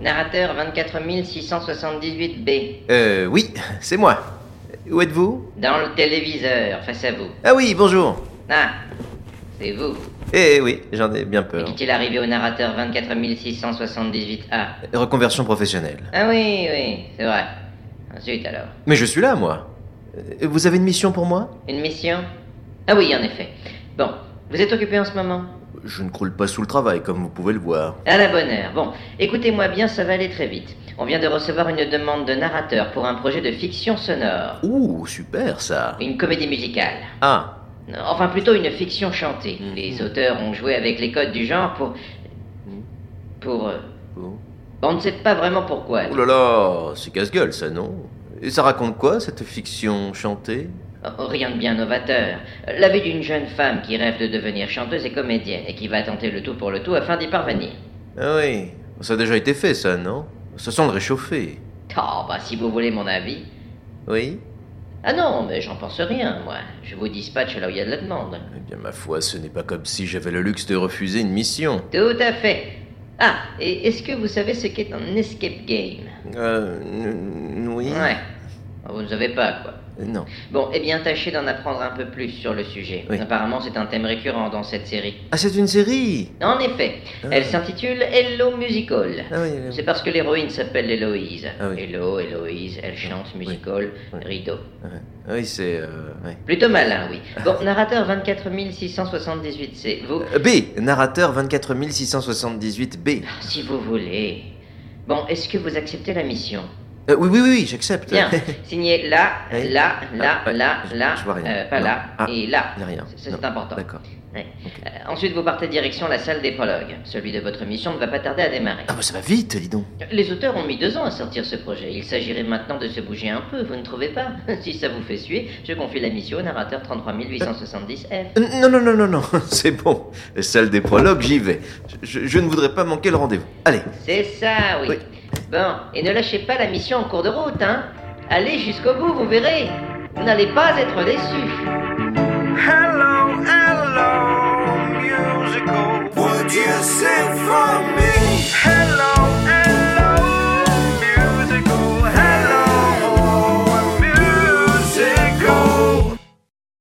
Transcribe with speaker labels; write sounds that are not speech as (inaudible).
Speaker 1: Narrateur 24678 B.
Speaker 2: Euh, oui, c'est moi. Où êtes-vous
Speaker 1: Dans le téléviseur, face à vous.
Speaker 2: Ah oui, bonjour.
Speaker 1: Ah, c'est vous.
Speaker 2: Eh oui, j'en ai bien peur.
Speaker 1: Est-il arrivé au narrateur 24678A
Speaker 2: Reconversion professionnelle.
Speaker 1: Ah oui, oui, c'est vrai. Ensuite alors.
Speaker 2: Mais je suis là, moi. Euh, Vous avez une mission pour moi
Speaker 1: Une mission Ah oui, en effet. Bon, vous êtes occupé en ce moment
Speaker 2: Je ne croule pas sous le travail, comme vous pouvez le voir.
Speaker 1: À la bonne heure. Bon, écoutez-moi bien, ça va aller très vite. On vient de recevoir une demande de narrateur pour un projet de fiction sonore.
Speaker 2: Ouh, super ça.
Speaker 1: Une comédie musicale.
Speaker 2: Ah,
Speaker 1: Enfin, plutôt une fiction chantée.
Speaker 2: Mhm.
Speaker 1: Les auteurs ont joué avec les codes du genre pour. Pour. euh,
Speaker 2: bon.
Speaker 1: On ne sait pas vraiment pourquoi.
Speaker 2: Oh là là, c'est casse-gueule ça, non Et ça raconte quoi, cette fiction chantée
Speaker 1: Oh, Rien de bien novateur. La vie d'une jeune femme qui rêve de devenir chanteuse et comédienne et qui va tenter le tout pour le tout afin d'y parvenir.
Speaker 2: Ah oui, ça a déjà été fait ça, non Ça sent le réchauffé.
Speaker 1: Oh, bah si vous voulez mon avis.
Speaker 2: Oui
Speaker 1: Ah non, mais j'en pense rien, moi. Je vous dispatche là où il y a de la demande.
Speaker 2: Eh bien, ma foi, ce n'est pas comme si j'avais le luxe de refuser une mission.
Speaker 1: Tout à fait. Ah, et est-ce que vous savez ce qu'est un escape game
Speaker 2: Euh, n- n- oui Euh,
Speaker 1: Ouais. Ah, Vous ne savez pas, quoi.
Speaker 2: Non.
Speaker 1: Bon, eh bien, tâchez d'en apprendre un peu plus sur le sujet.
Speaker 2: Oui.
Speaker 1: Apparemment, c'est un thème récurrent dans cette série.
Speaker 2: Ah, c'est une série
Speaker 1: En effet, elle s'intitule Hello Musical.
Speaker 2: Ah oui, euh,
Speaker 1: C'est parce que l'héroïne s'appelle Héloïse.
Speaker 2: Ah oui.
Speaker 1: Hello, Héloïse, elle chante musical,
Speaker 2: Oui.
Speaker 1: rideau.
Speaker 2: ouais. Ah oui, c'est... euh, ouais.
Speaker 1: Plutôt malin, oui.
Speaker 2: Ah.
Speaker 1: Bon, narrateur 24678C, vous,
Speaker 2: Euh, B, narrateur 24678 B.
Speaker 1: si vous voulez. Bon, est-ce que vous acceptez la
Speaker 2: (laughs)
Speaker 1: mission
Speaker 2: Euh, oui, oui, oui, oui, j'accepte.
Speaker 1: Bien, signé là,
Speaker 2: Oui.
Speaker 1: là, là,
Speaker 2: Ah,
Speaker 1: là,
Speaker 2: je-
Speaker 1: là,
Speaker 2: je vois rien.
Speaker 1: euh, pas
Speaker 2: Non.
Speaker 1: là,
Speaker 2: Ah,
Speaker 1: et là.
Speaker 2: (laughs) Il n'y a rien.
Speaker 1: C'est- C'est
Speaker 2: Non,
Speaker 1: important.
Speaker 2: D'accord.
Speaker 1: Ouais.
Speaker 2: Ok.
Speaker 1: Euh, ensuite, vous partez direction la salle des prologues. Celui de votre mission ne va pas tarder à démarrer.
Speaker 2: Ah bah ça va vite, dis donc.
Speaker 1: Les auteurs ont mis deux ans à sortir ce projet. Il s'agirait maintenant de se bouger un peu, vous ne trouvez pas (laughs) Si ça vous fait suer, je confie la mission au narrateur 33870F.
Speaker 2: Euh, Non, non, non, non, non, (laughs) c'est bon. Salle des prologues, j'y vais. Je, je ne voudrais pas manquer le rendez-vous. Allez.
Speaker 1: C'est ça, oui.
Speaker 2: Oui.
Speaker 1: Bon, et ne lâchez pas la mission en cours de route, hein Allez jusqu'au bout, vous verrez. Vous n'allez pas être déçus.
Speaker 3: Hello, hello, musical. Would you sing for